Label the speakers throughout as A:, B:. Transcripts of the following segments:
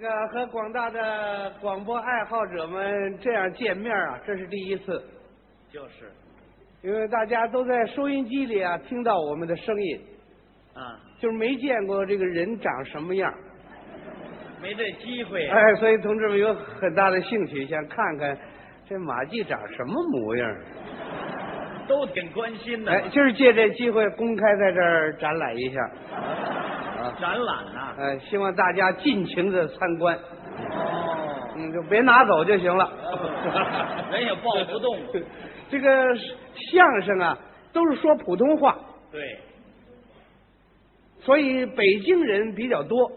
A: 个和广大的广播爱好者们这样见面啊，这是第一次，
B: 就是，
A: 因为大家都在收音机里啊听到我们的声音，
B: 啊，
A: 就是没见过这个人长什么样。
B: 没这机会。
A: 哎，所以同志们有很大的兴趣，想看看这马季长什么模样。
B: 都挺关心的嘛。
A: 哎，就是借这机会公开在这儿展览一下，
B: 展览呐、
A: 呃，希望大家尽情的参观，
B: 哦，
A: 嗯，就别拿走就行了。
B: 人也抱 不动。
A: 这个相声啊，都是说普通话，
B: 对，
A: 所以北京人比较多。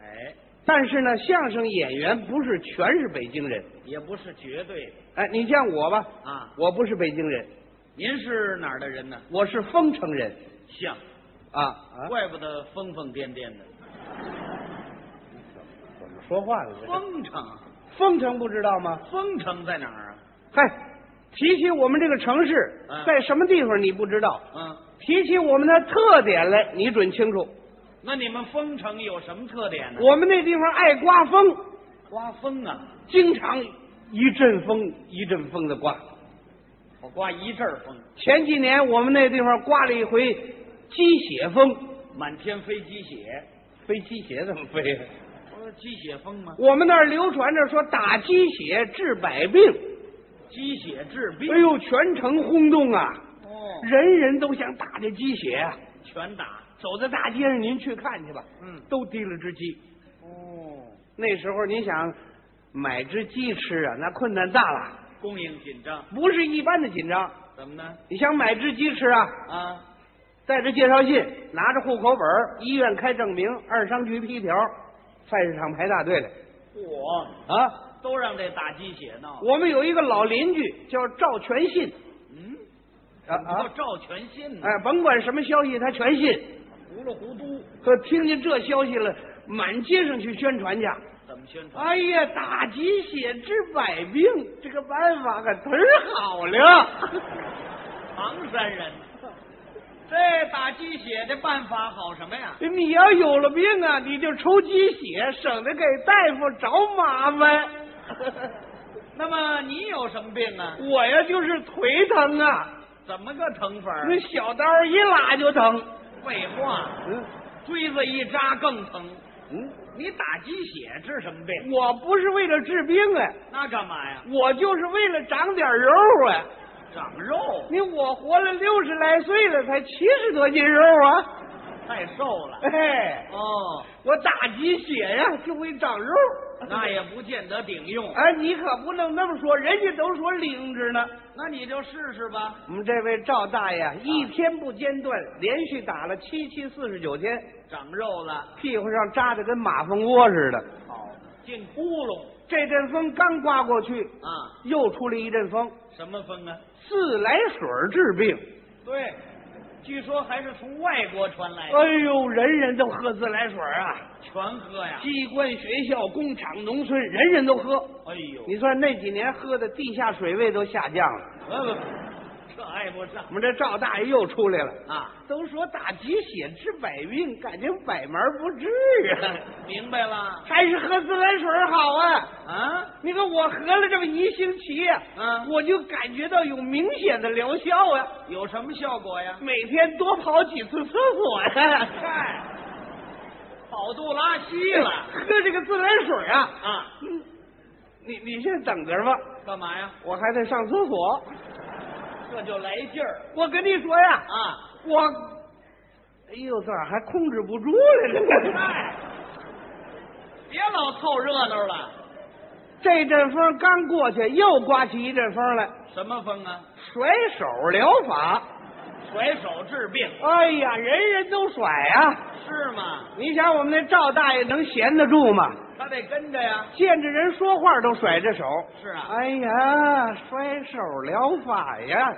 B: 哎，
A: 但是呢，相声演员不是全是北京人。
B: 也不是绝对的
A: 哎，你像我吧，
B: 啊。
A: 我不是北京人，
B: 您是哪儿的人呢？
A: 我是丰城人
B: 像，
A: 啊啊！
B: 怪不得疯疯癫癫 的。
A: 怎么说话呢？这是
B: 风城，
A: 丰城不知道吗？
B: 风城在哪儿啊？
A: 嗨，提起我们这个城市
B: 嗯
A: 在什么地方，你不知道；
B: 嗯，
A: 提起我们的特点来，你准清楚。
B: 那你们风城有什么特点呢？
A: 我们那地方爱刮风，
B: 刮风啊，
A: 经常一阵风一阵风的刮。
B: 我刮一阵儿风，
A: 前几年我们那地方刮了一回鸡血风，
B: 满天飞鸡血。
A: 飞鸡血怎么飞呀、
B: 不是鸡血风吗？
A: 我们那儿流传着说打鸡血治百病，
B: 鸡血治病。
A: 哎呦，全城轰动啊！
B: 哦，
A: 人人都想打这鸡血啊！
B: 拳打。
A: 走在大街上，您去看去吧，
B: 嗯
A: 都提了只鸡。
B: 哦，
A: 那时候您想买只鸡吃啊，那困难大了，
B: 供应紧张，
A: 不是一般的紧张。
B: 怎么呢？
A: 你想买只鸡吃啊，
B: 啊，
A: 带着介绍信，拿着户口本儿，医院开证明，二商局批条，菜市场排大队来
B: 我
A: 啊！
B: 都让这打鸡血闹。
A: 我们有一个老邻居叫赵全信
B: 嗯，
A: 啊
B: 叫
A: 啊，
B: 赵全信呢，
A: 哎，甭管什么消息他全信。
B: 糊里糊涂
A: 可听见这消息了，满街上去宣传去。
B: 怎么宣传？
A: 哎呀，打鸡血治百病，这个办法可忒儿好了。
B: 唐山人，这打鸡血这办法好什么呀？
A: 你要有了病啊，你就抽鸡血，省得给大夫找麻烦。
B: 那么你有什么病啊？
A: 我呀，就是腿疼啊，
B: 怎么个疼法儿？
A: 那小刀一拉就疼。
B: 废话，
A: 嗯
B: 锥子一扎更疼。
A: 嗯，
B: 你打鸡血治什么病？
A: 我不是为了治病啊，
B: 那干嘛呀？
A: 我就是为了长点肉啊。
B: 长肉，
A: 你我活了六十来岁了，才七十多斤肉啊！
B: 太瘦了。
A: 哎，
B: 哦，
A: 我打鸡血呀、就会长肉。
B: 那也不见得顶用。
A: 哎，你可不能那么说，人家都说灵着呢。
B: 那你就试试吧。
A: 我们这位赵大
B: 啊
A: 爷啊一天不间断，连续打了七七四十九天，
B: 长肉了，
A: 屁股上扎的跟马蜂窝似的。
B: 好，进窟窿
A: 这阵风刚刮过去，
B: 啊？
A: 又出了一阵风，
B: 什么风啊？
A: 自来水儿治病。
B: 对，据说还是从外国传来的，
A: 哎呦，人人都喝自来水儿啊！
B: 全喝呀。
A: 机关、学校、工厂、农村，人人都喝。
B: 哎呦，
A: 你算那几年喝的地下水位都下降了。
B: 呃这爱不上
A: 我们这赵大爷又出来了，
B: 啊？
A: 都说打鸡血治百病，感情百门不治啊，
B: 明白了
A: 还是喝自来水儿好啊。
B: 啊？
A: 你看我喝了这么一星期呀、
B: 嗯
A: 我就感觉到有明显的疗效啊，
B: 有什么效果呀？
A: 每天多跑几次厕所呀、
B: 嗨，跑肚拉稀了
A: 喝这个自来水啊，
B: 啊？
A: 你你先等着吧，
B: 干嘛呀？
A: 我还得上厕所。
B: 这就来劲儿
A: 我跟你说呀，
B: 啊！
A: 我，哎呦，咋还控制不住了呢？
B: 嗨，别老凑热闹了。
A: 这阵风刚过去，又刮起一阵风来，
B: 什么风啊？
A: 甩手疗法。
B: 甩手治病
A: 哎呀，人人都甩啊！
B: 是吗？
A: 你想我们那赵大爷能闲得住吗？
B: 他得跟着呀。
A: 见着人说话都甩着手。
B: 是啊，
A: 哎呀，甩手疗法呀！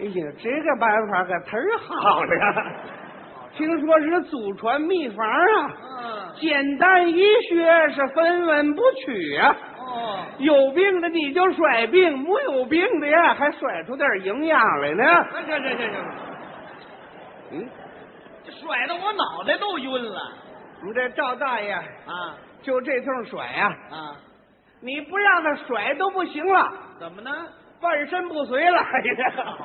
A: 哎呀，这个办法可忒儿好了，听说是祖传秘方啊，
B: 嗯，
A: 简单医学是分文不取啊。
B: 哦，
A: 有病的你就甩病，没有病的呀，还甩出点营养来呢。
B: 这这这这
A: 嗯，
B: 这，甩的我脑袋都晕了
A: 我们这赵大爷
B: 啊！
A: 就这通甩呀、
B: 啊，
A: 你不让他甩都不行了，
B: 怎么呢？
A: 半身不遂了，哎呀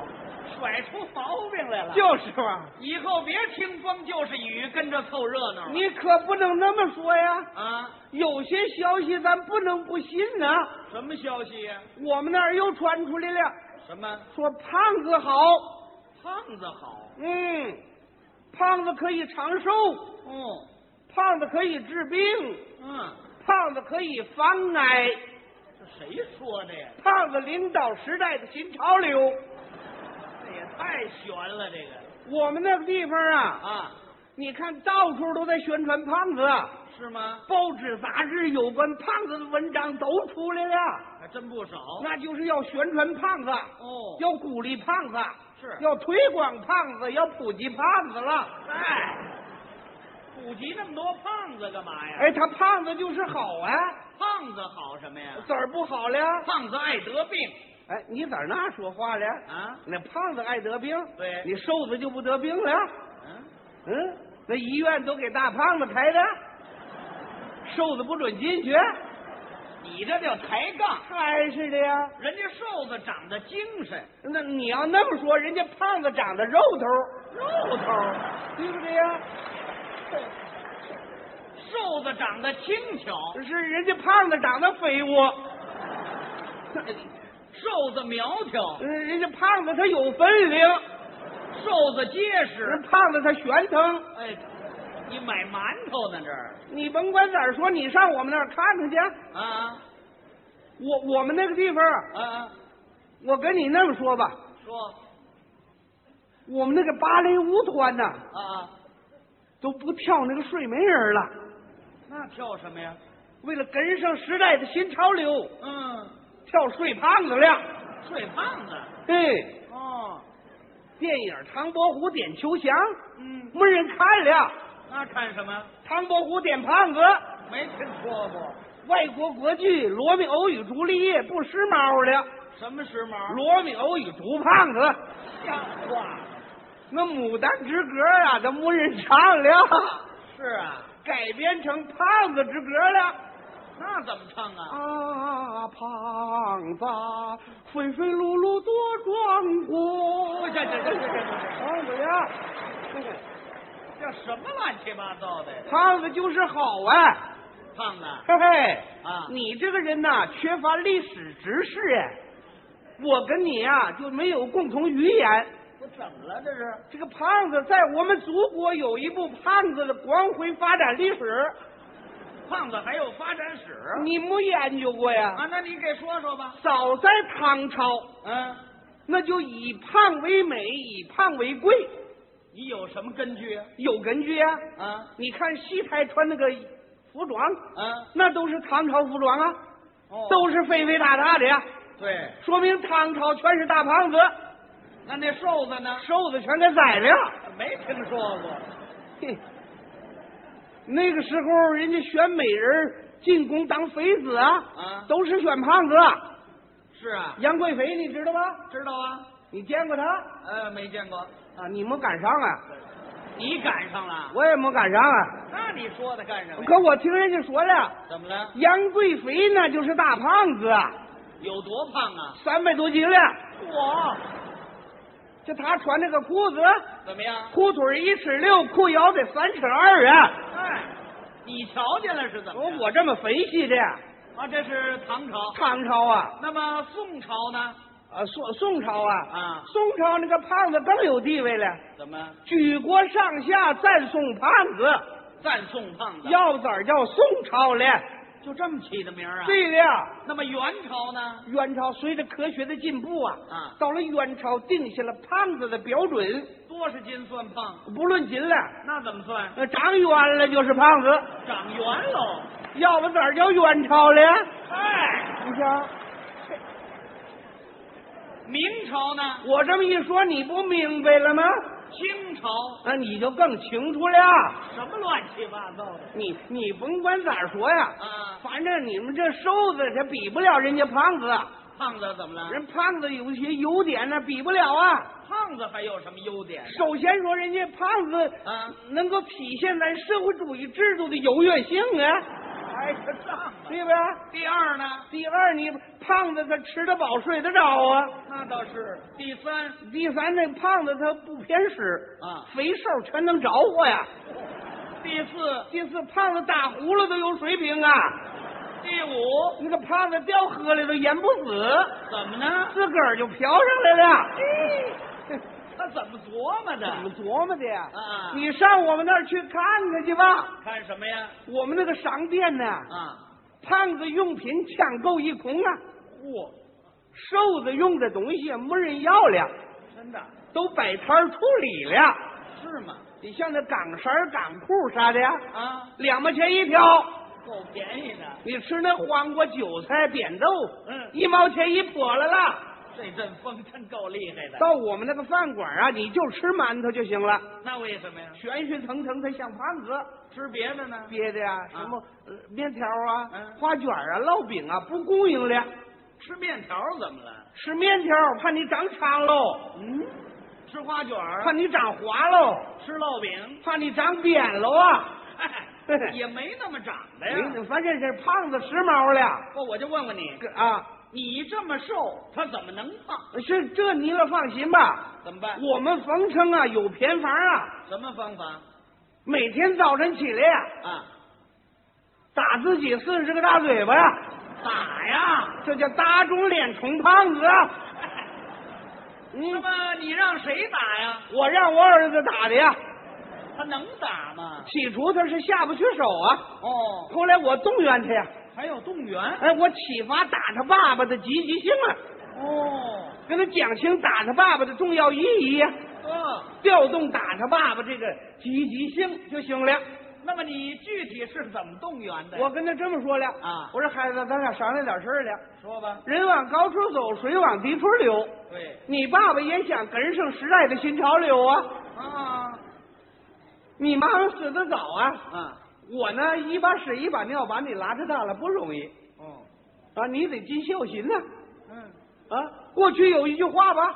B: 甩出毛病来了。
A: 就是嘛，
B: 以后别听风就是雨，跟着凑热闹。
A: 你可不能那么说呀。
B: 啊，
A: 有些消息咱不能不信呐、
B: 什么消息呀、
A: 我们那儿又传出来了，
B: 什么
A: 说胖子好，
B: 胖子好？
A: 嗯，胖子可以长寿，
B: 哦，
A: 胖子可以治病，
B: 嗯，
A: 胖子可以防癌，
B: 这谁说的呀？
A: 胖子领导时代的新潮流。
B: 这也太悬了，这个
A: 我们那个地方啊，
B: 啊，
A: 你看到处都在宣传胖子，
B: 是吗？
A: 报纸、杂志有关胖子的文章都出来了，
B: 还真不少。
A: 那就是要宣传胖子，
B: 哦，
A: 要鼓励胖子，
B: 是
A: 要推广胖子，要普及胖子了。
B: 哎，普及那么多胖子干嘛呀？
A: 哎，他胖子就是好啊，
B: 胖子好什么呀？
A: 咋儿不好了？
B: 胖子爱得病
A: 哎，你咋那说话了？
B: 啊？
A: 那胖子爱得病，
B: 对
A: 你瘦子就不得病了。
B: 嗯，
A: 嗯，那医院都给大胖子开的，瘦子不准进去。
B: 你这叫抬杠。
A: 还是的呀。
B: 人家瘦子长得精神，
A: 那你要那么说，人家胖子长得肉头，
B: 肉头；
A: 对不对呀？
B: 瘦子长得轻巧，
A: 是人家胖子长得肥沃，
B: 瘦子苗条，
A: 嗯人家胖子他有分量，
B: 瘦子结实。
A: 人胖子他悬腾。
B: 哎，你买馒头呢这儿
A: 你甭管咋说，你上我们那儿看看去。
B: 啊
A: 我我们那个地方，
B: 啊？
A: 我跟你那么说吧，
B: 说
A: 我们那个芭蕾舞团呐、
B: 啊，
A: 都不跳那个睡美人了，
B: 那跳什么呀？
A: 为了跟上时代的新潮流，
B: 嗯，
A: 跳睡胖子了。
B: 睡胖子。
A: 嘿，
B: 哦，
A: 电影《唐伯虎点秋香》
B: 嗯，
A: 没人看了，
B: 那看什么？
A: 《唐伯虎点胖子》
B: 没听说过。
A: 外国国剧《罗密欧与朱丽叶》不时髦了，
B: 什么时
A: 《
B: 髦？
A: 罗密欧与朱胖子》
B: 像话。
A: 那《牡丹之歌》啊，都没人唱了，
B: 是啊，
A: 改编成《胖子之歌》了。
B: 那怎么唱啊？
A: 啊，胖子，肥肥碌碌多壮
B: 不
A: 观。
B: 是，这这这这这
A: 胖子呀，
B: 这叫什么乱七八糟的呀？
A: 胖子就是好啊，
B: 胖子。
A: 嘿嘿
B: 啊
A: 你这个人呐，缺乏历史知识哎。我跟你呀、就没有共同语言。
B: 我怎么了？这是
A: 这个胖子在我们祖国有一部胖子的光辉发展历史，
B: 胖子还有发展史
A: 你没研究过呀？
B: 啊？那你给说说吧。
A: 早在唐朝，
B: 嗯，
A: 那就以胖为美，以胖为贵，
B: 你有什么根据啊？
A: 有根据呀、
B: 啊
A: 你看西台穿那个服装，
B: 啊
A: 那都是唐朝服装啊，
B: 哦
A: 都是肥肥大大的呀，
B: 对。
A: 说明唐朝全是大胖子，
B: 那那瘦子呢？
A: 瘦子全给宰了呀。
B: 没听说过。
A: 嘿，那个时候人家选美人进宫当妃子啊，
B: 啊
A: 都是选胖子。
B: 是啊，
A: 杨贵妃你知道吧？
B: 知道啊。
A: 你见过她
B: 呃，没见过。
A: 啊？你没赶上啊？
B: 你赶上了？
A: 我也没赶上啊。
B: 那你说他干什么呀？
A: 可我听人家说了，
B: 怎么了？
A: 杨贵妃那就是大胖子，
B: 有多胖啊？
A: 三百多斤了。
B: 我
A: 就他穿那个裤子，
B: 怎么样？
A: 裤腿一尺六，裤腰得三尺二啊！
B: 哎，你瞧见了是怎么
A: 我
B: 样？
A: 我这么分析的，
B: 啊，这是唐朝。
A: 唐朝啊，
B: 那么宋朝呢？
A: 啊宋宋朝啊，
B: 啊，
A: 宋朝那个胖子更有地位了，
B: 怎么
A: 举国上下赞颂胖子，
B: 赞颂胖子？
A: 要咋儿叫宋朝了？
B: 就这么起的名儿啊？
A: 对了，
B: 那么元朝呢？
A: 元朝随着科学的进步啊，
B: 啊，
A: 到了元朝定下了胖子的标准，
B: 多少斤算胖？
A: 不论斤了，
B: 那怎么算？
A: 呃长圆了就是胖子，
B: 长圆喽！
A: 要不咋儿叫元朝了？
B: 哎，
A: 你瞧。
B: 明朝呢？
A: 我这么一说，你不明白了吗？
B: 清朝
A: 那你就更清楚了。
B: 什么乱七八糟的
A: 你你甭管咋说呀，
B: 啊？
A: 反正你们这瘦子他比不了人家胖子，
B: 胖子怎么了？
A: 人胖子有些优点呢，比不了啊。
B: 胖子还有什么优点？
A: 首先说，人家胖子
B: 啊
A: 能够体现咱社会主义制度的优越性啊，
B: 挨着账吧。
A: 对吧？
B: 第二呢，
A: 第二，你胖子他吃得饱睡得着啊。
B: 那倒是。第三
A: 第三，那胖子他不偏食，
B: 啊，
A: 肥瘦全能着火呀。
B: 第四、
A: 第四，胖子打呼噜都有水平啊。
B: 第五，
A: 那个胖子掉河里头淹不死，
B: 怎么呢？
A: 自个儿就漂上来了。
B: 他怎么琢磨
A: 怎么
B: 的？
A: 琢磨的呀？
B: 啊
A: 你上我们那儿去看看去吧。
B: 看什么呀？
A: 我们那个商店呢，
B: 啊，
A: 胖子用品抢购一空啊，
B: 嚯，
A: 瘦子用的东西没人要了，
B: 真的
A: 都摆摊儿处理了。
B: 是吗？
A: 你像那港衫儿、港裤啥的呀，
B: 啊，
A: 两毛钱一条。
B: 够便宜的，
A: 你吃那黄瓜、韭菜、扁豆，
B: 嗯
A: 一毛钱一笸了啦。
B: 这阵风真够厉害的。
A: 到我们那个饭馆啊，你就吃馒头就行了，
B: 那为什么呀？
A: 悬悬腾腾的像胖子。
B: 吃别的呢？
A: 别的呀、什么、呃面条啊、
B: 啊嗯
A: 花卷啊、烙饼啊，不供应了。
B: 吃面条怎么了？
A: 吃面条怕你长长喽，
B: 嗯，吃花卷儿
A: 怕你长滑喽，
B: 吃烙饼，
A: 怕你长扁喽啊！哎
B: 哎也没那么长
A: 你
B: 的哎呀。
A: 反正是胖子时髦了
B: 不，我就问问你，
A: 这啊，
B: 你这么瘦，他怎么能胖？
A: 是这你可放心吧，
B: 怎么办？
A: 我们冯城啊有偏方啊，
B: 什么方法
A: 每天早晨起来呀、
B: 啊？
A: 打自己四十个大嘴巴呀，
B: 打 呀！
A: 这叫打肿脸充胖子啊！你
B: 那么你让谁打呀？
A: 我让我儿子打的呀，
B: 他能打吗？
A: 起初他是下不去手啊，
B: 哦，
A: 后来我动员他呀，
B: 还有动员
A: 哎，我启发打他爸爸的积极性啊，
B: 哦，
A: 跟他讲清打他爸爸的重要意义呀、
B: 呃，
A: 调动打他爸爸这个积极性就行了。
B: 那么你具体是怎么动员的？
A: 我跟他这么说了
B: 啊
A: 我说孩子，咱俩商量点事儿了。
B: 说吧。
A: 人往高处走，水往低处流。
B: 对
A: 你爸爸也想跟上时代的新潮流啊。
B: 啊
A: 你妈妈死得早啊，
B: 啊
A: 我呢一把屎一把尿把你拉扯大了不容易
B: 哦
A: 啊，你得尽孝心呐
B: 嗯
A: 啊过去有一句话吧，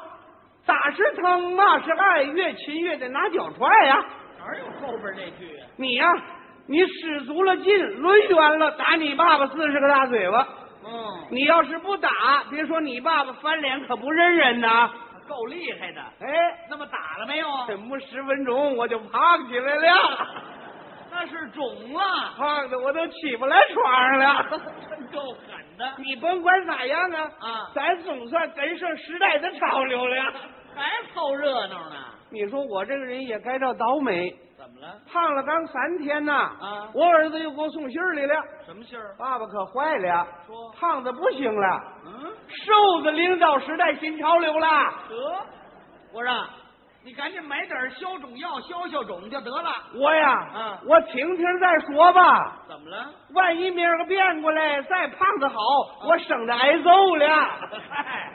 A: 打是疼，骂是爱，越亲越得拿脚踹呀、
B: 哪有后边那句啊？
A: 你呀、你使足了劲，抡圆了打你爸爸四十个大嘴巴。
B: 嗯，
A: 你要是不打，别说你爸爸翻脸可不认人呐。
B: 啊够厉害的。
A: 哎，
B: 那么打了没有？
A: 怎么十分钟我就胖起来了，
B: 那是肿了，
A: 胖的我都起不来床上了。
B: 真够狠 的
A: 你甭管咋样啊，
B: 啊！
A: 咱总算跟上时代的潮流了。
B: 还凑热闹呢？
A: 你说我这个人也该着倒霉，
B: 怎么了？
A: 胖了刚三天呐，
B: 啊
A: 我儿子又给我送信儿来了，
B: 什么信儿？
A: 爸爸可坏了，
B: 说，
A: 胖子不行了，
B: 嗯，
A: 瘦子领导时代新潮流了。
B: 得，我说你赶紧买点消肿药消消肿就得了。
A: 我呀，
B: 啊
A: 我听听再说吧，
B: 怎么了？啊
A: 万一明儿个变过来再胖子好，我省得挨揍了。
B: 嗨，